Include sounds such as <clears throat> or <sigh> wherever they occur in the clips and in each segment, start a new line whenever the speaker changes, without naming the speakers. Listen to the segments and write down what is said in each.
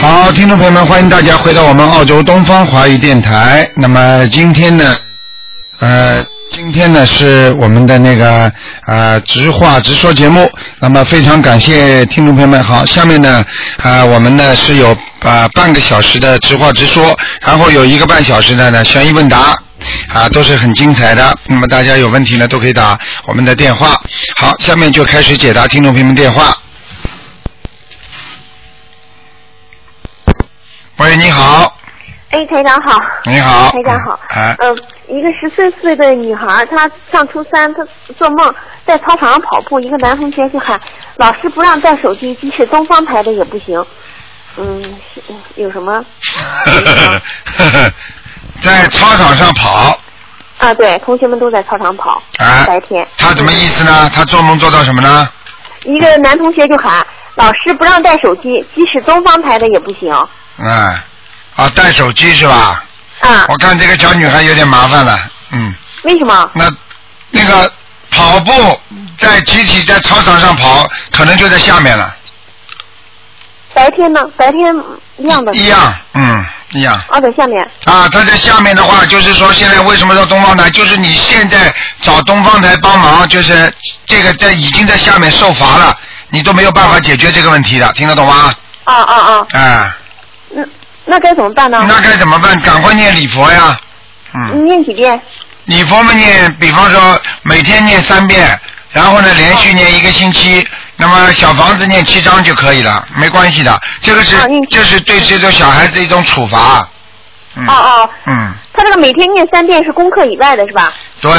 好，听众朋友们，欢迎大家回到我们澳洲东方华语电台。那么今天呢，呃，今天呢是我们的那个呃直话直说节目。那么非常感谢听众朋友们。好，下面呢，啊、我们呢是有啊、半个小时的直话直说，然后有一个半小时的呢悬疑问答。啊，都是很精彩的。那么大家有问题呢，都可以打我们的电话。好，下面就开始解答听众朋友们电话。喂，你好，
哎，台长好。哎
你好，
台长好。
啊，
呃，一个十四岁的女孩，她上初三，她做梦在操场上跑步，一个男同学就喊：“老师不让带手机，即使东方牌的也不行。”嗯，是有什么？
<laughs> 在操场上跑
啊，对，同学们都在操场跑，
啊，
白天。嗯
他怎么意思呢？他做梦做到什么呢？
一个男同学就喊：“老师不让带手机，即使东方牌的也不行。
啊，啊，带手机是吧？”
啊，
我看这个小女孩有点麻烦了，嗯，
为什么？
那那个跑步在集体在操场上跑，可能就在下面了，
白天呢？白天一样的。
一样，嗯，一样。
啊，在下面。
啊，他在下面的话，就是说现在为什么说东方台？就是你现在找东方台帮忙，就是这个在已经在下面受罚了，你都没有办法解决这个问题的，听得懂吗？
啊啊啊！
哎、
那那该怎么办呢？
那该怎么办？赶快念礼佛呀！嗯，
念几遍？
礼佛嘛念，比方说每天念三遍，然后呢连续念一个星期，那么小房子念七章就可以了，没关系的。这个是
啊念七
这是对这种小孩子一种处罚。嗯
哦哦，
嗯，
他这个每天念三遍是功课以外的是吧？
对，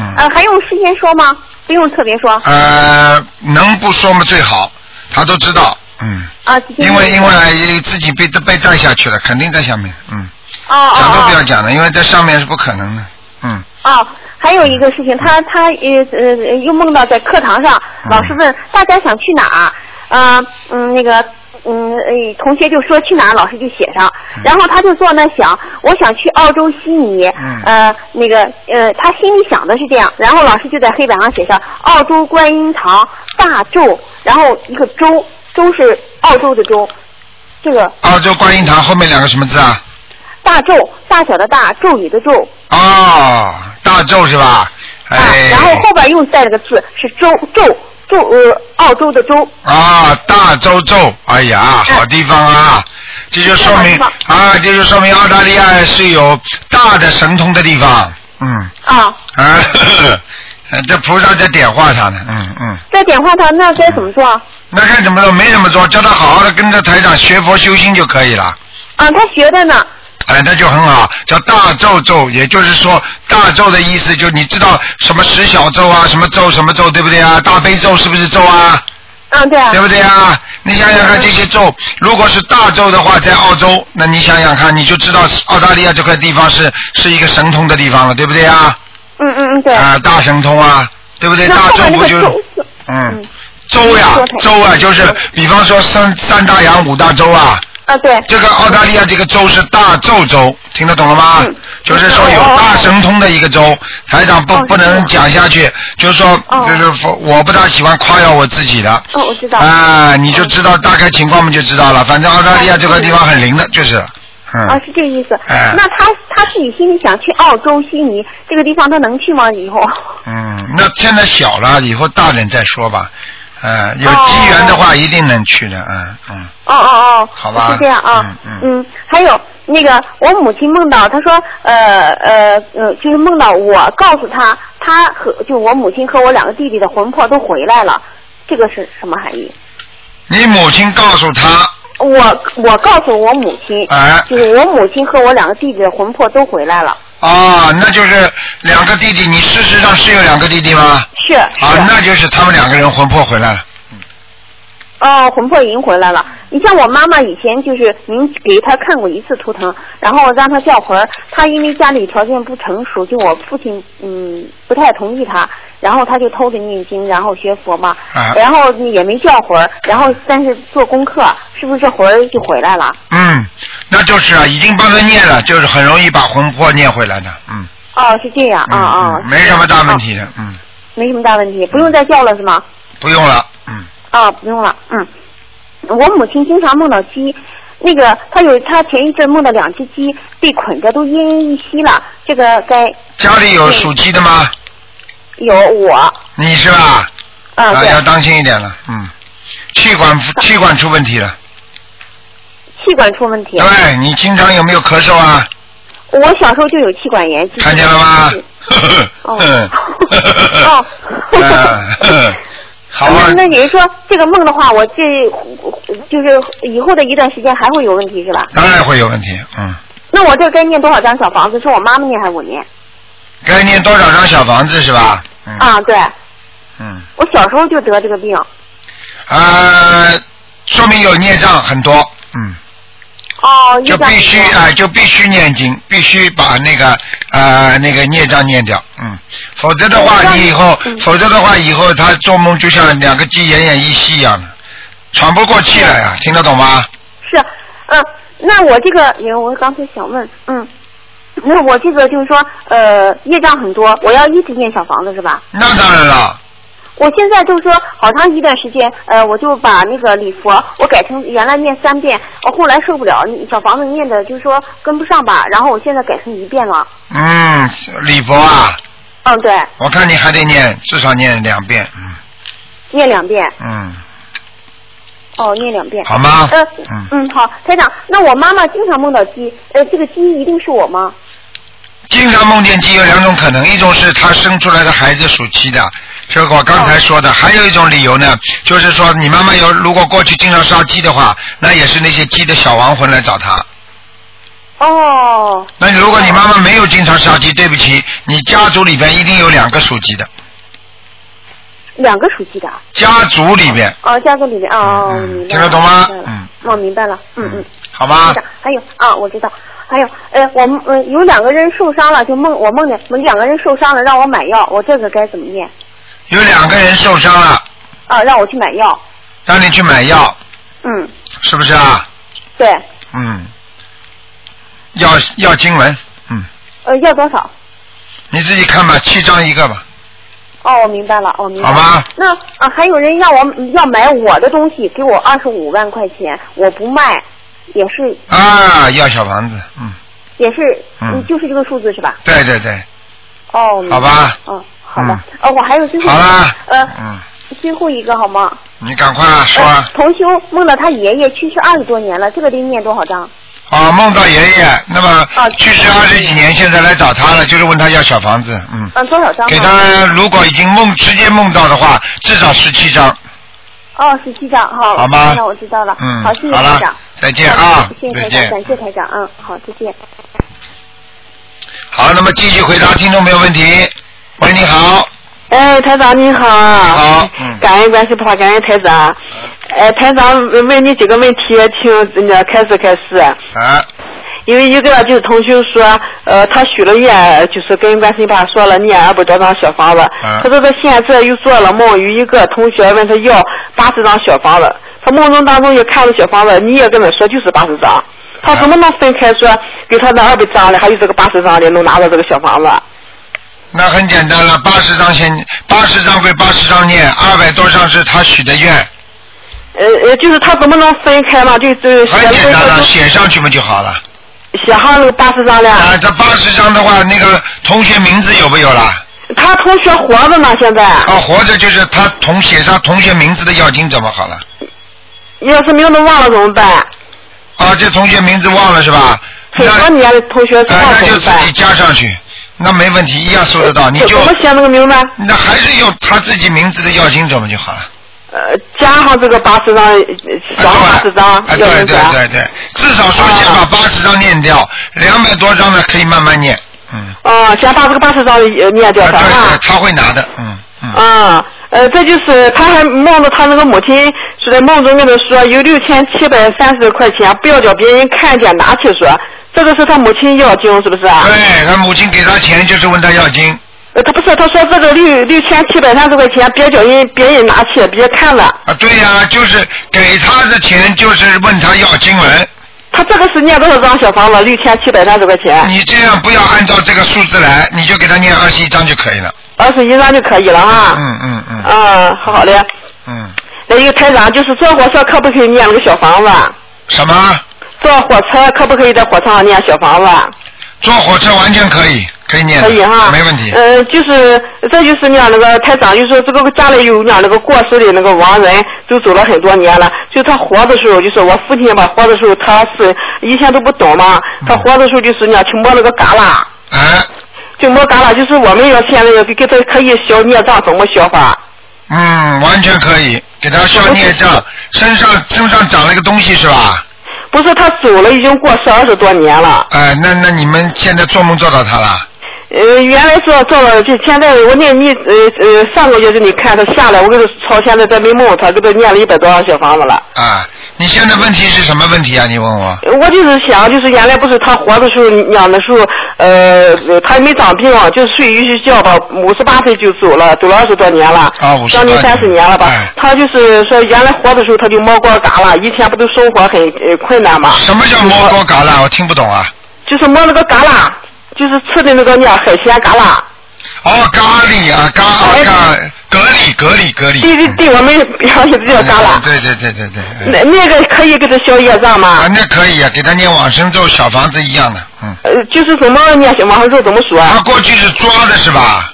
嗯。
呃，还用事先说吗？不用特别说
呃，能不说嘛最好，他都知道，嗯，
啊。几天
因为因为自己被被带下去了，肯定在下面，嗯，
哦哦
讲都不要
哦
讲了，因为在上面是不可能的，嗯，
哦，还有一个事情，他他呃呃又梦到在课堂上，
嗯
老师问大家想去哪儿，呃嗯那个。嗯，哎，同学就说去哪儿，老师就写上，然后他就坐那想，我想去澳洲悉尼，
嗯
呃，那个，呃，他心里想的是这样，然后老师就在黑板上写上澳洲观音堂大洲，然后一个州，州是澳洲的州，这个
澳洲哦观音堂后面两个什么字啊？
大咒，大小的大，咒语的咒，
哦，大咒是吧？
啊
哎，，
然后后边又带了个字，是州州州呃澳洲的州，
啊，大洲咒，哎呀，好地方啊！这就说明
这样好
啊，这就说明澳大利亚是有大的神通的地方，嗯
啊，
啊， <coughs> 这菩萨在点化他呢，嗯嗯。
再点化他，那该怎么做啊？
那该怎么做？没怎么做，叫他好好的跟着台长学佛修心就可以了。
啊，他学的呢，
哎，那就很好，叫大咒咒，也就是说大咒的意思，就你知道什么十小咒啊，什么咒什么咒，对不对啊？大悲咒是不是咒啊？
啊，对啊
对，不对啊？你想想看，这些咒，如果是大咒的话，在澳洲，那你想想看，你就知道澳大利亚这块地方是是一个神通的地方了，对不对啊？
嗯嗯嗯，对。
啊，大神通啊，对不对？
那
大咒
后边那
不
个
就
州，
嗯
嗯，
州呀
说台嗯
州啊，就是比方说三三大洋五大洲啊，
啊，对，
这个澳大利亚这个州是大咒州，听得懂了吗？
嗯
就是说有大神通的一个州，台长不
哦
不能讲下去，就是说
哦
就是我不大喜欢夸耀我自己的。
哦，我知道。
啊，你就知道大概情况，我们就知道了。反正澳大利亚这块地方很灵的，就是，
啊，
嗯，
是这个意思。
哎
那他他自己心里想去澳洲悉尼这个地方，他能去吗？以后？
嗯，那现在小了，以后大点再说吧。嗯，有机缘的话一定能去的，嗯嗯。
哦哦哦，
好吧
是这样啊，
嗯嗯
嗯，还有那个，我母亲梦到，她说，呃呃呃，就是梦到我告诉她，她和就我母亲和我两个弟弟的魂魄都回来了，这个是什么含义？
你母亲告诉他，
我我告诉我母亲，
哎，
就是我母亲和我两个弟弟的魂魄都回来了，
啊，那就是两个弟弟，你事实上是有两个弟弟吗？
是
啊
是，，
那就是他们两个人魂魄回来了。
哦，魂魄已经回来了。你像我妈妈以前就是您给她看过一次图腾，然后让她叫魂儿。她因为家里条件不成熟，就我父亲嗯不太同意她，然后她就偷着念经，然后学佛嘛，
啊
然后也没叫魂儿，然后但是做功课，是不是魂儿就回来了？
嗯，那就是啊，已经帮他念了，就是很容易把魂魄念回来的，嗯，
哦，是这样
嗯
啊啊、哦
嗯没什么大问题的，嗯，
没什么大问题，不用再叫了是吗？
不用了，嗯。
哦啊，不用了，嗯。我母亲经常梦到鸡，那个他有他前一阵梦到两只鸡被捆着都奄奄一息了，这个该
家里
嗯
有属鸡的吗？
有我，
你是吧？
啊
啊，
对，
要当心一点了，嗯，气管气管出问题了。
气管出问题。
对你经常有没有咳嗽啊？
我小时候就有气管炎。就是
看见了吗？
哦
<laughs> 嗯
哦
嗯好啊
那，那也就是说，这个梦的话，我这就是以后的一段时间还会有问题是吧？
当然会有问题，嗯。
那我这该念多少张小房子？是我妈妈念还是我念？
该念多少张小房子是吧？嗯、
啊，对，
嗯
我小时候就得这个病。
啊，说明有孽障很多，嗯，
哦，
就
又
必须
这样子
啊、就必须念经，必须把那个啊那个孽障念掉，嗯，否则的
我
话
让
你以后，
嗯
否则的话以后他做梦就像两个鸡奄奄一息一样的，喘不过气来呀、听得懂吗？
是，嗯，那我这个，哎我刚才想问，嗯，那我这个就是说，呃，业障很多，我要一直念小房子是吧？
那当然了，
我现在就是说，好长一段时间，呃，我就把那个礼佛，我改成原来念三遍，我后来受不了，小房子念的就是说跟不上吧，然后我现在改成一遍了。
嗯，礼佛啊，
嗯，对，
我看你还得念，至少念两遍，嗯
念两遍，
嗯，
哦，念两遍。
好吗？
呃
嗯，
嗯，好，台长，那我妈妈经常梦到鸡，呃，这个鸡一定是我吗？
经常梦见鸡有两种可能，一种是他生出来的孩子属鸡的，就是我刚才说的；还有一种理由呢，就是说你妈妈有如果过去经常杀鸡的话，那也是那些鸡的小亡魂来找她。
哦，
那如果你妈妈没有经常杀鸡，对不起，你家族里边一定有两个属鸡的，
两个属鸡的啊。
家族里边，
哦，家族里面哦，
嗯
我明白了
听得懂吗
明白了
嗯
我明白了，嗯嗯，，
好吧
知道，。还有啊，我知道，还有，呃，我们呃有两个人受伤了，就梦我梦见我们两个人受伤了，让我买药，我这个该怎么念？
有两个人受伤了，
啊，让我去买药，
让你去买药，
嗯，
是不是啊？
对，
嗯，要要经文，嗯，
呃，要多少？
你自己看吧，七张一个吧，
哦，我明白了，我明白
好
了。
吗？
那啊，还有人让我要买我的东西，给我二十五万块钱，我不卖，也是
啊，要小房子，嗯，
也是，
嗯
就是这个数字是吧？
对对对，
哦，明白
好，吧，
嗯，好吧，哦，我还有最后
好
一个
啦，
呃，
嗯，
最后一个好吗？
你赶快啊说
呃
啊，
同修梦到他爷爷去世二十多年了，这个得念多少章？
啊，梦到爷爷，那么
哦
去世二十几年，现在来找他了，就是问他要小房子，嗯，
嗯，多少章？
给。他如果已经梦直接梦到的话，至少十七张，
哦，十七章，好。
好吗
那我知道了。
嗯，
好，谢谢
好
台
了
长。，
再见啊
好，谢谢
再
台长，
见
感。谢台长。嗯，好，再见。
好，那么继续回答听众朋友问题。喂，你好，
哎，台长你好。
啊
好嗯
感恩关系菩萨，感恩台长。哎，台长问你几个问题，请那开始开始。
啊，
因为一个就是同修说，呃，他许了愿，就是跟观世音菩萨说了念二百多张小房子。
嗯
他说他现在又做了梦，有一个同学问他要八十张小房子，他梦中当中也看了小房子，你也跟他说就是八十张。他
啊
怎么能分开说给他那二百张的，还有这个八十张的能拿到这个小房子？
那很简单了，八十张先，八十张归八十张念，二百多张是他许的愿，
呃呃，就是他怎么能分开嘛？就是写
很
了
简单啊了，
就
写上去不就好了？
写上那个八十张了。
啊，这八十张的话，那个同学名字有没有啦？
他同学活着呢，现在。
啊，活着就是他同写上同学名字的要经怎么好了？
要是名字忘了怎么办？
啊，这同学名字忘了是吧？
很
那
多
啊，
年的同学知道
那
怎
就
么
自
办
己？加上去，那没问题，一样搜得到。你就
怎么写那个名字？
那还是用他自己名字的要经怎么就好了？
呃，加上这个八十张，
啊
加上八十
对
张
啊，
要啊
对
怎
对
么办？
对对，至少说先把八十张念掉，两百多张呢可以慢慢念，嗯，
嗯，先把这个八十张呃念掉
啊
它
对对
啊，。
他会拿的，嗯嗯，
嗯，呃，这就是他还梦到他那个母亲是在梦中跟他说有六千七百三十块钱，不要叫别人看见，拿去说。这个是他母亲要经，是不是啊？
对他母亲给他钱就是问他要经，
呃，他不是，他说这个六六千七百三十块钱，别叫人别人拿去，别看了。
啊，对呀、就是给他的钱，就是问他要经文。
他这个是念多少张小房子？六千七百三十块钱，
你这样不要按照这个数字来，你就给他念二十一章就可以了。
二十一张就可以了哈。
嗯嗯嗯
嗯，好嘞。
嗯，
那一个台长就是做火车可不可以念那个小房子？
什么？
坐火车可不可以在火车上念小房子啊？
坐火车完全可以，可以念的，
可以哈，
没问题。
呃，就是这就是那样那个台长，就是这个家里有那样那个过世的那个亡人，就走了很多年了。就他活的时候，就是我父亲吧，活的时候他是以前都不懂嘛，
嗯
他活的时候就是那样去摸那个旮旯，
哎，
就摸旮旯，就是我们要现在给给他可以消孽障怎么消法？
嗯，完全可以，给他消孽障，身上身上长了一个东西是吧？
不是他走了，已经过世二十多年了。
哎，那那你们现在做梦做到他了？
呃，原来做做了，就现在我念你呃呃上个月就你看他下来，我给他抄现在在没梦，他给他念了一百多张小房子了。
啊，你现在问题是什么问题啊？你问我。
我就是想，就是原来不是他活的时候，养的时候，呃，呃他没长病啊，就睡一睡觉吧，五十八岁就走了，走了二十多年了，
啊58
将近三十年了吧。
哎
他就是说，原来活的时候他就摸过嘎了，以前不都生活很呃困难嘛，
什么叫摸高嘎啦？我听不懂啊。
就是摸那个嘎啦，就是吃的那个那样海鲜嘎啦。
哦，咖喱啊，咖啊
哎
咖，蛤蜊，蛤蜊，蛤蜊。
对对对，我们养也叫嘎啦
嗯。对对对对对。嗯
那那个可以给他消业障
啊，
吗？
那可以啊，给他念往生咒，小房子一样的，嗯。
呃，就是怎么念小王咒怎么说
他
啊？
过去是抓的是吧？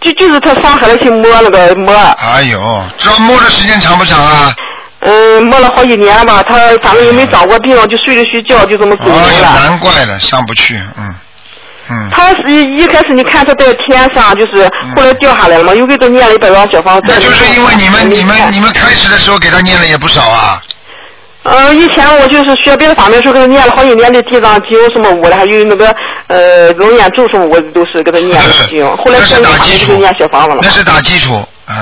就就是他上海了去摸那个摸。
哎呦，抓摸的时间长不长啊？
嗯，摸了好几年吧，他反正也没长过病，就睡着睡觉，就这么走
哎
没
呦，
了。
难怪了，上不去，嗯，嗯。
他是一一开始你看他在天上，就是后来掉下来了嘛，又给他念了一百多小房子。
那就是因为你们、
没
你
看
们、你。们开始的时候给他念了也不少啊。
嗯，以前我就是学别的法门时候，给他念了好几年的地藏经什么我的，还有那个呃龙眼咒什么我都是给他念的经。哎后来
那
学
是
了
打
法
基
门就给
础
他念小房子了。
那是打基础，嗯，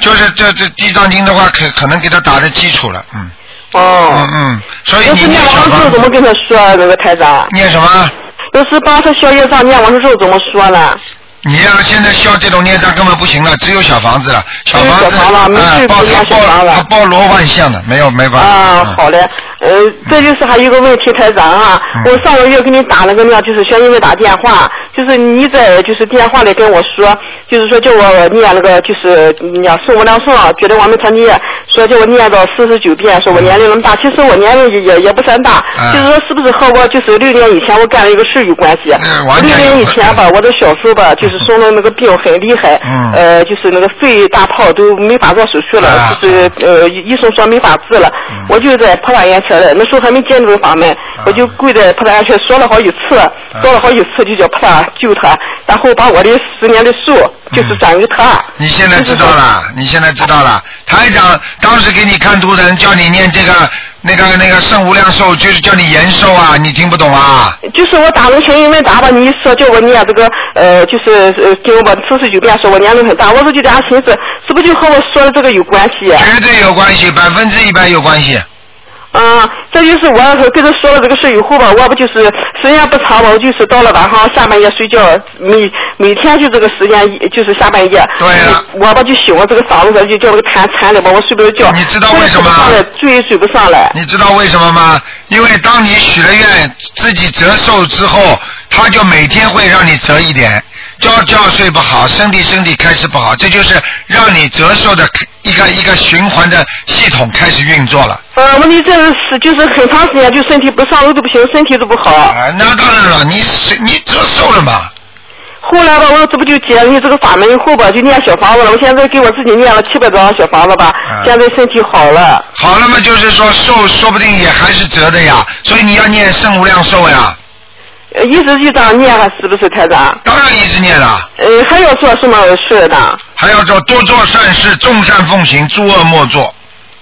就是这这地藏经的话，可可能给他打的基础了，嗯
哦
嗯。嗯，所以
要
你
是念
念
完
小
了之后
房
怎么
子
跟他说啊那个台长？
念什么？
要是帮他消业障，念完了之后怎么说呢？
你呀、现在消这种孽障根本不行了，只有小房子了，小
只有
房子，
哎小房子没
啊
事，
包
不要
他
小房
包
子
他包罗万象的，没有没办法。
啊
嗯，
好嘞，呃，这就是还有一个问题，台长啊，
嗯
我上个月给你打了个那，就是先因为打电话，就是你在就是电话里跟我说，就是说叫我念那个就是念送无量颂啊，觉得我们他念，说叫我念到四十九遍，说我年龄那么大，其实我年龄也也不算大，
嗯
就是说是不是和我就是六年以前我干了一个事有关系？
嗯完全
六
有
年以前吧，我的小叔吧，就是生了那个病很厉害，
嗯
呃，就是那个肺大泡都没法做手术了，
啊
就是呃，医生说没法治了，我就在破大院前的，那时候还没接触这个法门，我就跪在破大院前说了好几次，说了好几次就叫破大救他，然后把我的十年的树就是转给他。
你现在知道了，你现在知道了。台长当时给你看图腾，叫你念这个、那个、那个圣无量寿，就是叫你延寿啊，你听不懂啊？
就是我打龙群英文打吧，你一说叫我念这个呃，就是呃，给我把四十九遍说我年龄很大，我说就这样寻思，是不是就和我说的这个有关系？啊
绝对有关系，百分之一百有关系。
嗯，这就是我要是跟他说了这个事以后吧，我不就是时间不长吧，我就是到了晚上下半夜睡觉，每每天就这个时间就是下半夜。
对了
我吧就醒了，这个嗓子就叫这个痰痰的吧，我睡不着觉。
你知道为什么
睡不上来，睡也睡不上来。
你知道为什么吗？因为当你许了愿，自己折寿之后，他就每天会让你折一点，觉觉睡不好，身体身体开始不好，这就是让你折寿的一个一个循环的系统开始运作了。
呃，问题这是就是很长时间就身体不上楼都不行，身体都不好。
啊，那当然了，你是你折寿了嘛？
后来吧，我这不就结了你这个法门以后吧，就念小房子了。我现在给我自己念了七百多张小房子吧，
嗯
现在身体好了。
好了嘛，就是说寿说不定也还是折的呀，所以你要念圣无量寿呀，
呃一直就这样念，是不是台长？
当然一直念了，
呃，还要做什么事呢？
还要做多做善事，众善奉行，诸恶莫作，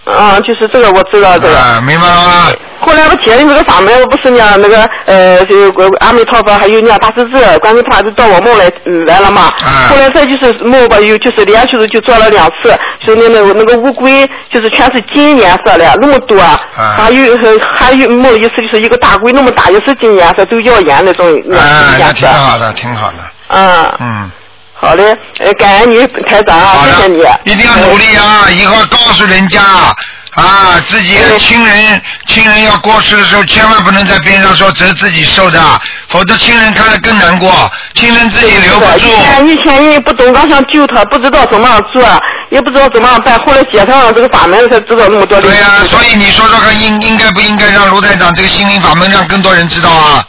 啊，就是这个我知道
啊、
这个。
明白了吗？
后来我结了这个法门，我不是念那个呃，就阿弥陀佛，还有念大势至，观世菩萨都到我梦来、嗯来了嘛。
啊
后来这就是梦吧，又就是连续的就做了两次，就那那个那个乌龟，就是全是金颜色的，那么多。
啊
还有还有梦一次就是一个大龟那么大，也是金颜色，都耀眼那种那
哎，
种
那
颜
挺
色。
好的，挺好的，
嗯，
嗯，
好嘞，呃，感恩你台长啊，
好
谢
的，
谢你。
一定要努力啊！以后告诉人家啊，自己的亲人亲人要过世的时候，千万不能在边上说折自己寿的，否则亲人看了更难过，亲人自己留不
以
住。
前以前人也不懂，刚想救他，不知道怎么样做，也不知道怎么样办。后来接上了这个法门，才知道那么多的。
对呀、所以你说说看，应应该不应该让卢台长这个心灵法门让更多人知道啊。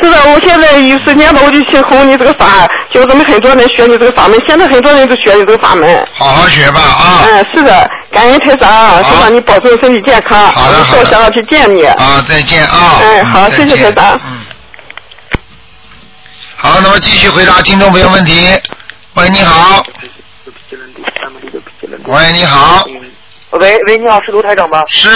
是的，我现在一时间吧，我就去弘你这个法，就咱们很多人学你这个法门，现在很多人都学你这个法门。
好好学吧啊！
嗯，是的，感恩台长，台长你保重身体健康，
好的好的
我想要去见你。
<laughs> 啊，再见啊！
哎好
嗯
谢谢
再见
台长
嗯。好，那么继续回答听众朋友问题。喂，你好。喂，你好，
喂喂，你好，是卢台长吗？
是，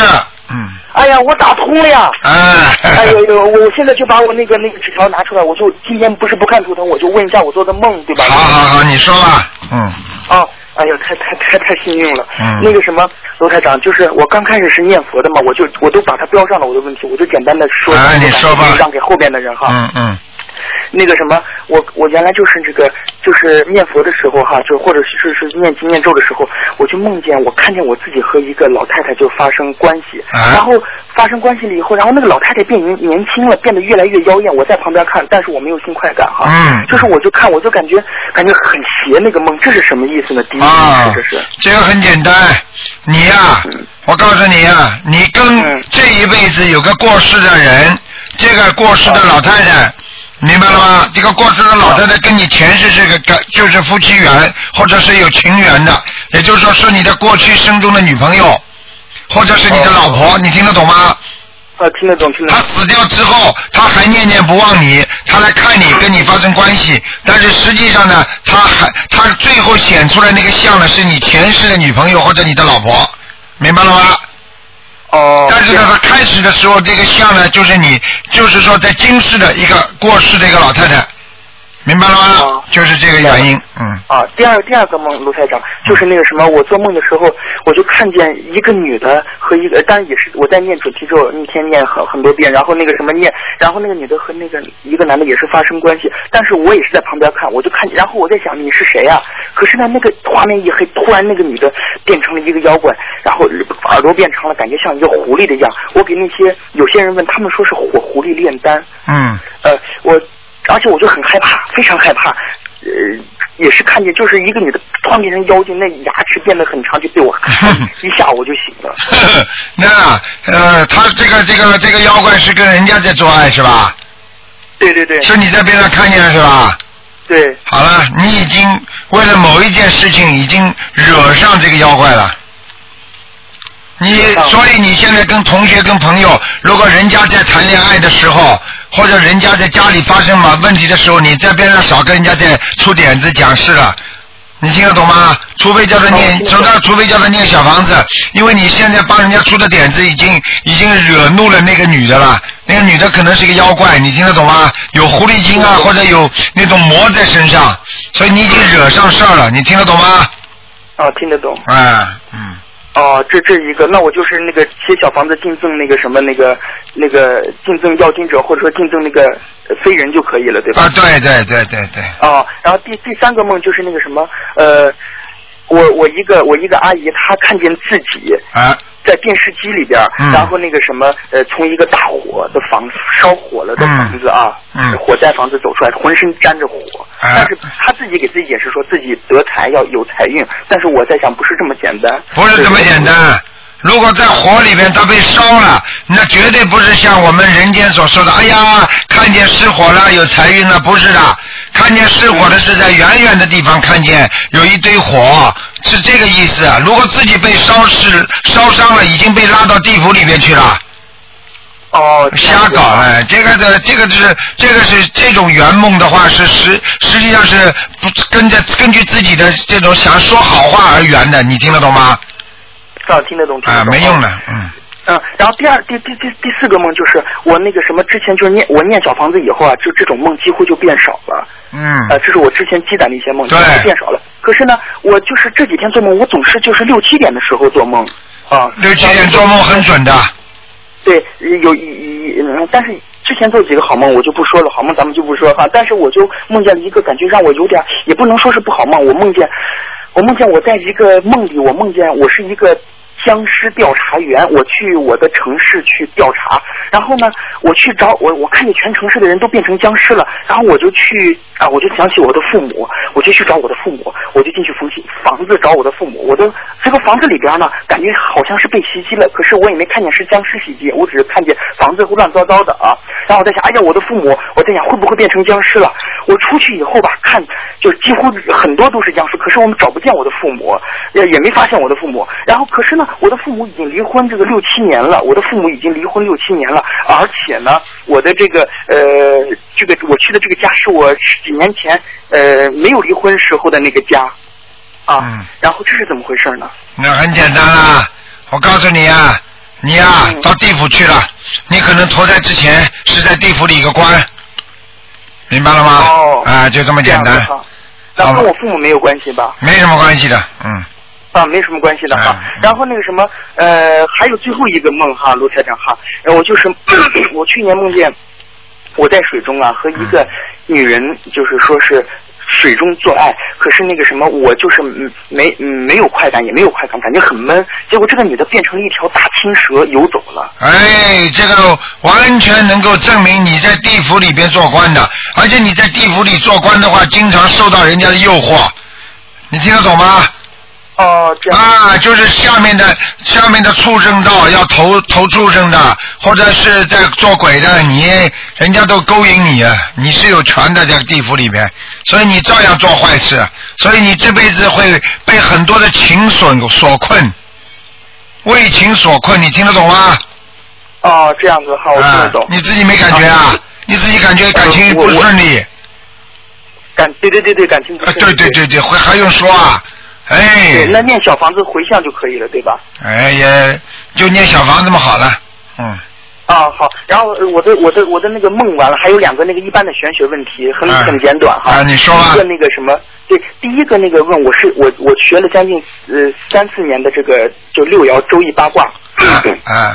嗯，
哎呀，我打通
<laughs>
了呀！
哎，
哎
<laughs>
呦呦，我现在就把我那个那个纸条拿出来，我就今天不是不看图腾，我就问一下我做的梦，对吧？
好好好，你说吧，嗯，
啊，哎呀，太太太太幸运了。
嗯
那个什么，卢台长，就是我刚开始是念佛的嘛，我就我都把它标上了我的问题，我就简单的说，
哎你说吧
让给后边的人哈。
嗯嗯，
那个什么，我我原来就是这个，就是念佛的时候哈，就或者是是是念经念咒的时候，我就梦见我看见我自己和一个老太太就发生关系，
啊
然后发生关系了以后，然后那个老太太变年年轻了，变得越来越妖艳，我在旁边看，但是我没有新快感哈，
嗯
就是我就看我就感觉感觉很邪那个梦，这是什么意思呢？第一，
啊
这是。，
这个很简单，你呀、我告诉你呀、你跟
嗯
这一辈子有个过世的人，这个过世的老太
啊
太，明白了吗？这个过世的老太太跟你前世是个个就是夫妻缘，或者是有情缘的，也就是说是你的过去生中的女朋友，或者是你的
哦
老婆，你听得懂吗？
呃，听得懂，听得
他
懂。
死掉之后，他还念念不忘你，他来看你，跟你发生关系。但是实际上呢，他还他最后显出来那个像呢，是你前世的女朋友或者你的老婆，明白了吗？
哦，
但是
这
呢，
样
他开始的时候，这个像呢，就是你，就是说在今世的一个过世的一个老太太，明白了吗
哦？
就是这个原因，嗯。
啊，第二第二个梦，卢台长，就是那个什么，我做梦的时候，我就看见一个女的和一个，当然也是我在念准提咒，一天念很很多遍，然后那个什么念，然后那个女的和那个一个男的也是发生关系，但是我也是在旁边看，我就看，然后我在想你是谁啊？可是呢，那个画面一黑，突然那个女的变成了一个妖怪，然后耳朵变长了，感觉像一个狐狸的一样。我给那些有些人问，他们说是火狐狸炼丹，
嗯 <laughs>
呃，我而且我就很害怕，非常害怕。呃，也是看见，就是一个女的突然变成妖精，那牙齿变得很长，就被我一下我就醒了。
那呃，他这个这个这个妖怪是跟人家在做爱是吧？
对对对
是你在边上看见了是吧？
对，
好了，你已经为了某一件事情已经惹上这个妖怪了。你
惹上了
所以你现在跟同学跟朋友，如果人家在谈恋爱的时候，或者人家在家里发生嘛问题的时候，你在边上少跟人家在出点子讲事了。你听得懂吗？除非叫他
哦
念，
听
除
得懂
非除非叫他念小房子，因为你现在帮人家出的点子已经已经惹怒了那个女的了，那个女的可能是一个妖怪，你听得懂吗？有狐狸精啊，或者有那种魔在身上，所以你已经惹上事儿了，你听得懂吗？
啊，听得懂。
哎，嗯，
哦，这这一个，那我就是那个写小房子敬赠那个什么那个那个敬赠要经者，或者说敬赠那个呃非人就可以了，对吧？
啊，对对对对对，
哦，然后第第三个梦就是那个什么，呃，我我一个我一个阿姨，她看见自己
啊，
在电视机里边儿，
嗯
然后那个什么，呃，从一个大火的房子烧火了的房子啊，
嗯嗯
火灾房子走出来，浑身沾着火，
哎
但是他自己给自己解释说自己得财要有财运，但是我在想不是这么简单，
不是这么简单。如果在火里面它被烧了，那绝对不是像我们人间所说的，哎呀，看见失火了有财运了，不是的。看见失火的是在远远的地方看见有一堆火，是这个意思。啊如果自己被烧死、烧伤了，已经被拉到地府里面去了，
哦，这样
瞎
子
搞哎，这个的，这个就是，这个是这种圆梦的话是实，实际上是不跟着根据自己的这种想说好话而圆的，你听得懂吗？
啊，听得懂，听
啊
得，懂，
没用的，嗯。
嗯，然后第二第第第第四个梦就是我那个什么之前就是念我念小房子以后啊，就这种梦几乎就变少了。
嗯
呃，，这是我之前积攒的一些梦，
对
现在变少了。可是呢，我就是这几天做梦，我总是就是六七点的时候做梦啊，
六七点做梦很准的，
对，有一一，嗯但是之前做几个好梦，我就不说了，好梦咱们就不说哈。但是我就梦见了一个感觉让我有点，也不能说是不好梦，我梦见，我梦见我在一个梦里，我梦见我是一个
僵尸调查员，我去我的城市去调查，然后呢，我去找我我看见全城市的人都变成僵尸了，然后我就去啊，我就想起我的父母，我就去找我的父母，我就进去房房子找我的父母，我的这个房子里边呢，感觉好像是被袭击了，可是我也没看见是僵尸袭击，我只是看见房子乱糟糟的啊，然后我在想，哎呀，我的父母，我在想会不会变成僵尸了？我出去以后吧，看就几乎很多都是僵尸，可是我们找不见我的父母，也也没发现我的父母。然后可是呢，我的父母已经离婚这个六七年了，我的父母已经离婚六七年了，而且呢，我的这个呃这个我去的这个家是我十几年前呃没有离婚时候的那个家啊，
嗯
然后这是怎么回事呢？
那很简单啦，我告诉你啊，你呀、
嗯
到地府去了，你可能投胎之前是在地府里一个官，明白了吗？
哦
啊，就这么
这
简
样
单
子，哈。那
好
跟
吧
我父母没有关系吧？
没什么关系的，嗯。
啊，没什么关系的哈
嗯嗯。
然后那个什么，呃，还有最后一个梦哈，卢台长哈，呃我就是 <clears throat> 我去年梦见我在水中啊和一
嗯
个女人，就是说是。水中做爱，可是那个什么，我就是嗯没嗯没有快感，也没有快感，感觉很闷。结果这个女的变成了一条大青蛇游走了。
哎，这个完全能够证明你在地府里边做官的，而且你在地府里做官的话，经常受到人家的诱惑，你听得懂吗？
哦，这样。
啊，就是下面的下面的畜生道要投投畜生的，或者是在做鬼的，你人家都勾引你，啊，你是有权的在地府里面，所以你照样做坏事，所以你这辈子会被很多的情所所困，为情所困，你听得懂吗？
哦，这样子哈，我听得懂
啊。。你自己没感觉啊
啊？
你自己感觉感情不顺利？
感对对对对，感情不
啊
顺，
对对对对，还还用说啊？哎
对，那念小房子回向就可以了，对吧？
哎呀，就念小房子嘛好了，嗯，
啊，好，然后呃我的我的我的那个梦完了，还有两个那个一般的玄学问题，很、
啊
很简短哈。
啊你说吧
第一个那个什么，对，第一个那个问我是我我学了将近呃三四年的这个就六爻周易八卦。
啊啊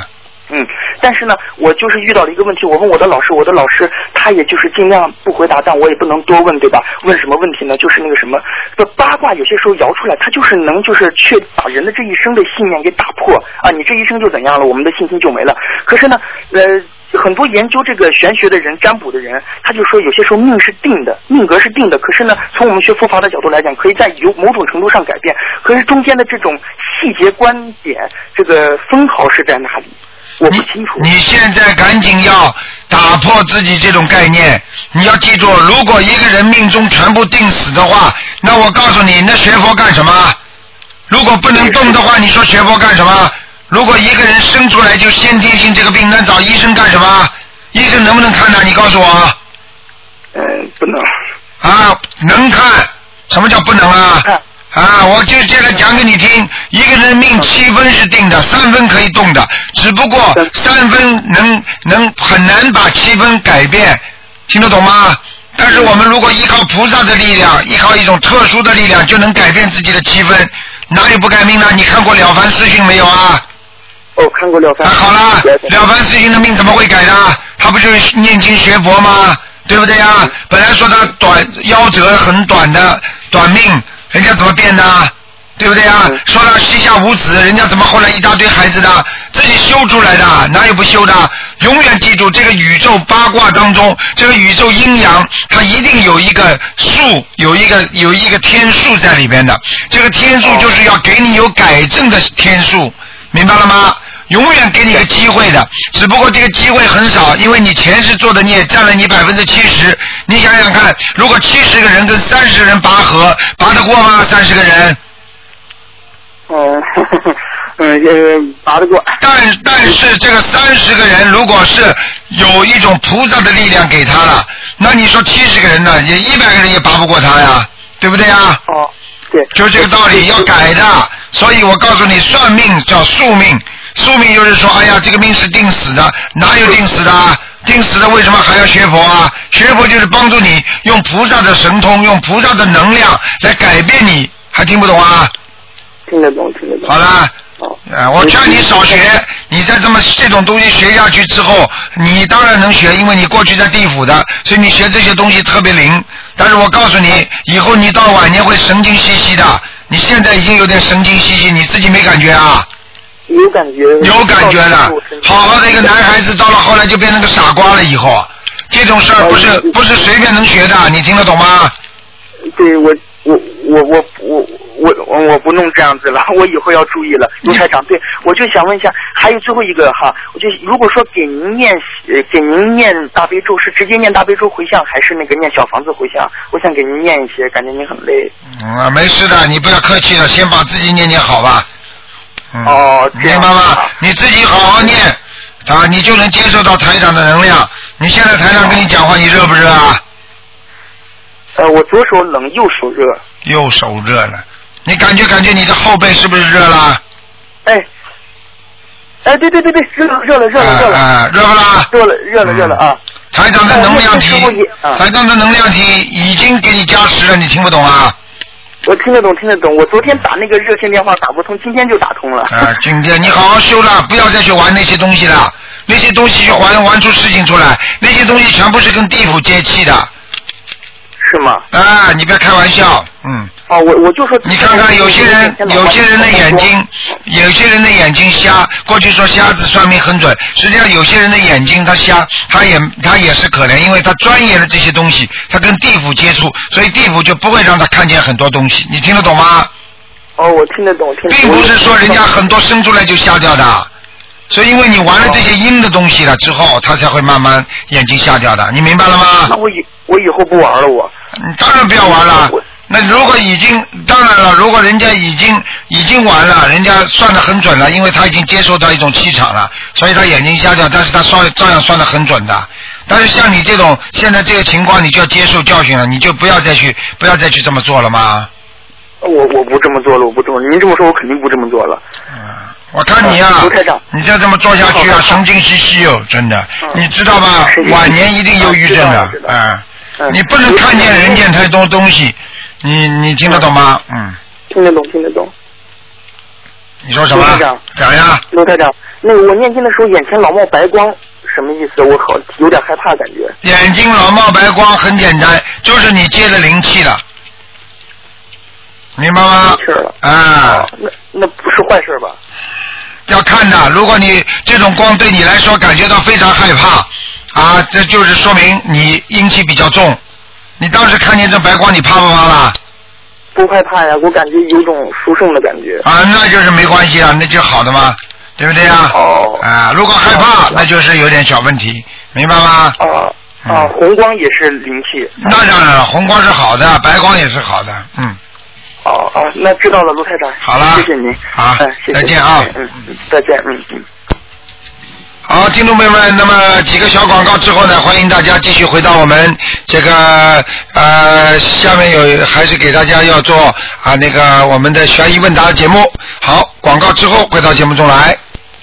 嗯，但是呢，我就是遇到了一个问题，我问我的老师，我的老师他也就是尽量不回答，但我也不能多问，对吧？问什么问题呢？就是那个什么，这八卦有些时候摇出来，它就是能就是去把人的这一生的信念给打破啊！你这一生就怎样了，我们的信心就没了。可是呢，呃。很多研究这个玄学的人、占卜的人，他就说有些时候命是定的，命格是定的。可是呢，从我们学佛法的角度来讲，可以在有某种程度上改变。可是中间的这种细节观点，这个风潮是在哪里？我不清楚。
你你现在赶紧要打破自己这种概念，你要记住，如果一个人命中全部定死的话，那我告诉你，那学佛干什么？如果不能动的话，你说学佛干什么？如果一个人生出来就先天性这个病，那找医生干什么？医生能不能看呢？你告诉我
嗯，不能。
啊，能看？什么叫不能啊？
看
啊，我就现在讲给你听，一个人命七分是定的，三分可以动的，只不过三分能能很难把七分改变，听得懂吗？但是我们如果依靠菩萨的力量，依靠一种特殊的力量，就能改变自己的七分，哪有不改命呢？你看过《了凡四训》没有啊？
哦，看过廖呃
啊，
凡。
好啦，《了凡四训》的命怎么会改呢？他不就是念经学佛吗？对不对呀？本来说他短夭折很短的短命，人家怎么变的？对不对呀
嗯？
说他膝下无子，人家怎么后来一大堆孩子的？自己修出来的，哪有不修的？永远记住，这个宇宙八卦当中，这个宇宙阴阳，它一定有一个数，有一个有一个天数在里边的。这个天数就是要给你有改正的天数，明白了吗？永远给你个机会的，只不过这个机会很少，因为你前世做的孽占了你百分之七十。你想想看，如果七十个人跟三十个人拔河，拔得过吗？三十个人？
嗯，嗯，呃，拔得过。
但但是这个三十个人，如果是有一种菩萨的力量给他了，那你说七十个人呢，也一百个人也拔不过他呀，对不对呀？
哦，对。
就这个道理要改的。所以我告诉你，算命叫宿命，宿命就是说，哎呀，这个命是定死的，哪有定死的？啊？定死的为什么还要学佛啊？学佛就是帮助你用菩萨的神通，用菩萨的能量来改变你，还听不懂啊？
听得懂，听得懂。
好啦。
哦。
啊，我劝你少学，你再这么这种东西学下去之后，你当然能学，因为你过去在地府的，所以你学这些东西特别灵。但是我告诉你，以后你到晚年会神经兮兮的，你现在已经有点神经兮兮，你自己没感觉啊？
有感觉，
有感觉的
我身。体
好好的一个男孩子，到了后来就变成个傻瓜了。以后这种事儿不是不是随便能学的，你听得懂吗？
对我我我我我我我我不弄这样子了， <laughs> 我以后要注意了。卢台长，对我就想问一下，还有最后一个哈，我就如果说给您念呃给您念大悲咒，是直接念大悲咒回向，还是那个念小房子回向？我想给您念一些，感觉您很累。
嗯，没事的，你不要客气了，先把自己念念好吧。嗯、
哦这
明
样
白吗？你自己好好念啊，你就能接受到台长的能量。你现在台长跟你讲话，你热不热啊？
呃，我左手冷，右手热。
右手热了，你感觉感觉你的后背是不是热了？
哎，哎，对对对对，热了热了热了热了
啊、啊嗯热不啦？
热了热了热了啊！
台长的能量体
哎那师傅也，啊
台长的能量体已经给你加持了，你听不懂啊？
我听得懂听得懂，我昨天打那个热线电话打不通，今天就打通了。
啊，今天你好好修了，不要再去玩那些东西了。那些东西去玩玩出事情出来，那些东西全部是跟地府接气的。
是吗？
啊，你不要开玩笑，嗯，
哦，我我就说
你看看有些人，有些人的眼睛，有些人的眼睛瞎，过去说瞎子算命很准，实际上有些人的眼睛他瞎，他也他也是可怜，因为他钻研了这些东西，他跟地府接触，所以地府就不会让他看见很多东西，你听得懂吗？
哦，我听得懂，听得懂。
并不是说人家很多生出来就瞎掉的，所以因为你玩了这些阴的东西了之后，他才会慢慢眼睛瞎掉的，你明白了
那
吗？
我以我以后不玩了，我
你当然不要玩了。那如果已经，当然了，如果人家已经已经玩了，人家算的很准了，因为他已经接受到一种气场了，所以他眼睛瞎掉，但是他稍微照样算的很准的。但是像你这种现在这个情况，你就要接受教训了，你就不要再去不要再去这么做了吗？
我我不这么做了，我不这么，您这么说我肯定不这么做了。
啊，我看你呀、
嗯卢台长
你再这么做下去啊，
好好好
神经兮兮哦，真的，
嗯
你知道吧
神经？兮
晚年一定忧郁症
嗯知
的，
道
啊、
嗯，
你不能看见人间太多东西，你你听得懂吗？嗯，
听得懂，听得懂。
你说什
卢
么
台长？
讲呀，
卢台长，那个我念经的时候眼前老冒白光，什么意思？我好有点害怕感觉。
眼睛老冒白光，很简单，就是你接了灵气了，明白吗
没？事了。
啊，
哦那那不是坏事吧？
要看的。如果你这种光对你来说感觉到非常害怕，啊，这就是说明你阴气比较重。你当时看见这白光，你怕不怕啦？
不害怕呀，我感觉有种殊胜的感觉。
啊，那就是没关系啊，那就好的嘛，对不对啊？
哦
啊，如果害怕，那就是有点小问题，明白吗？
啊啊，
嗯
红光也是灵气。
那当然了，红光是好的，白光也是好的，嗯，
哦哦，那知道了，卢台长。
好啦
谢谢您。
好
哎，谢谢
再见啊
嗯，嗯再见，嗯嗯。
好，听众朋友们，那么几个小广告之后呢，欢迎大家继续回到我们这个呃，下面有还是给大家要做啊那个我们的悬疑问答节目。好，广告之后回到节目中来。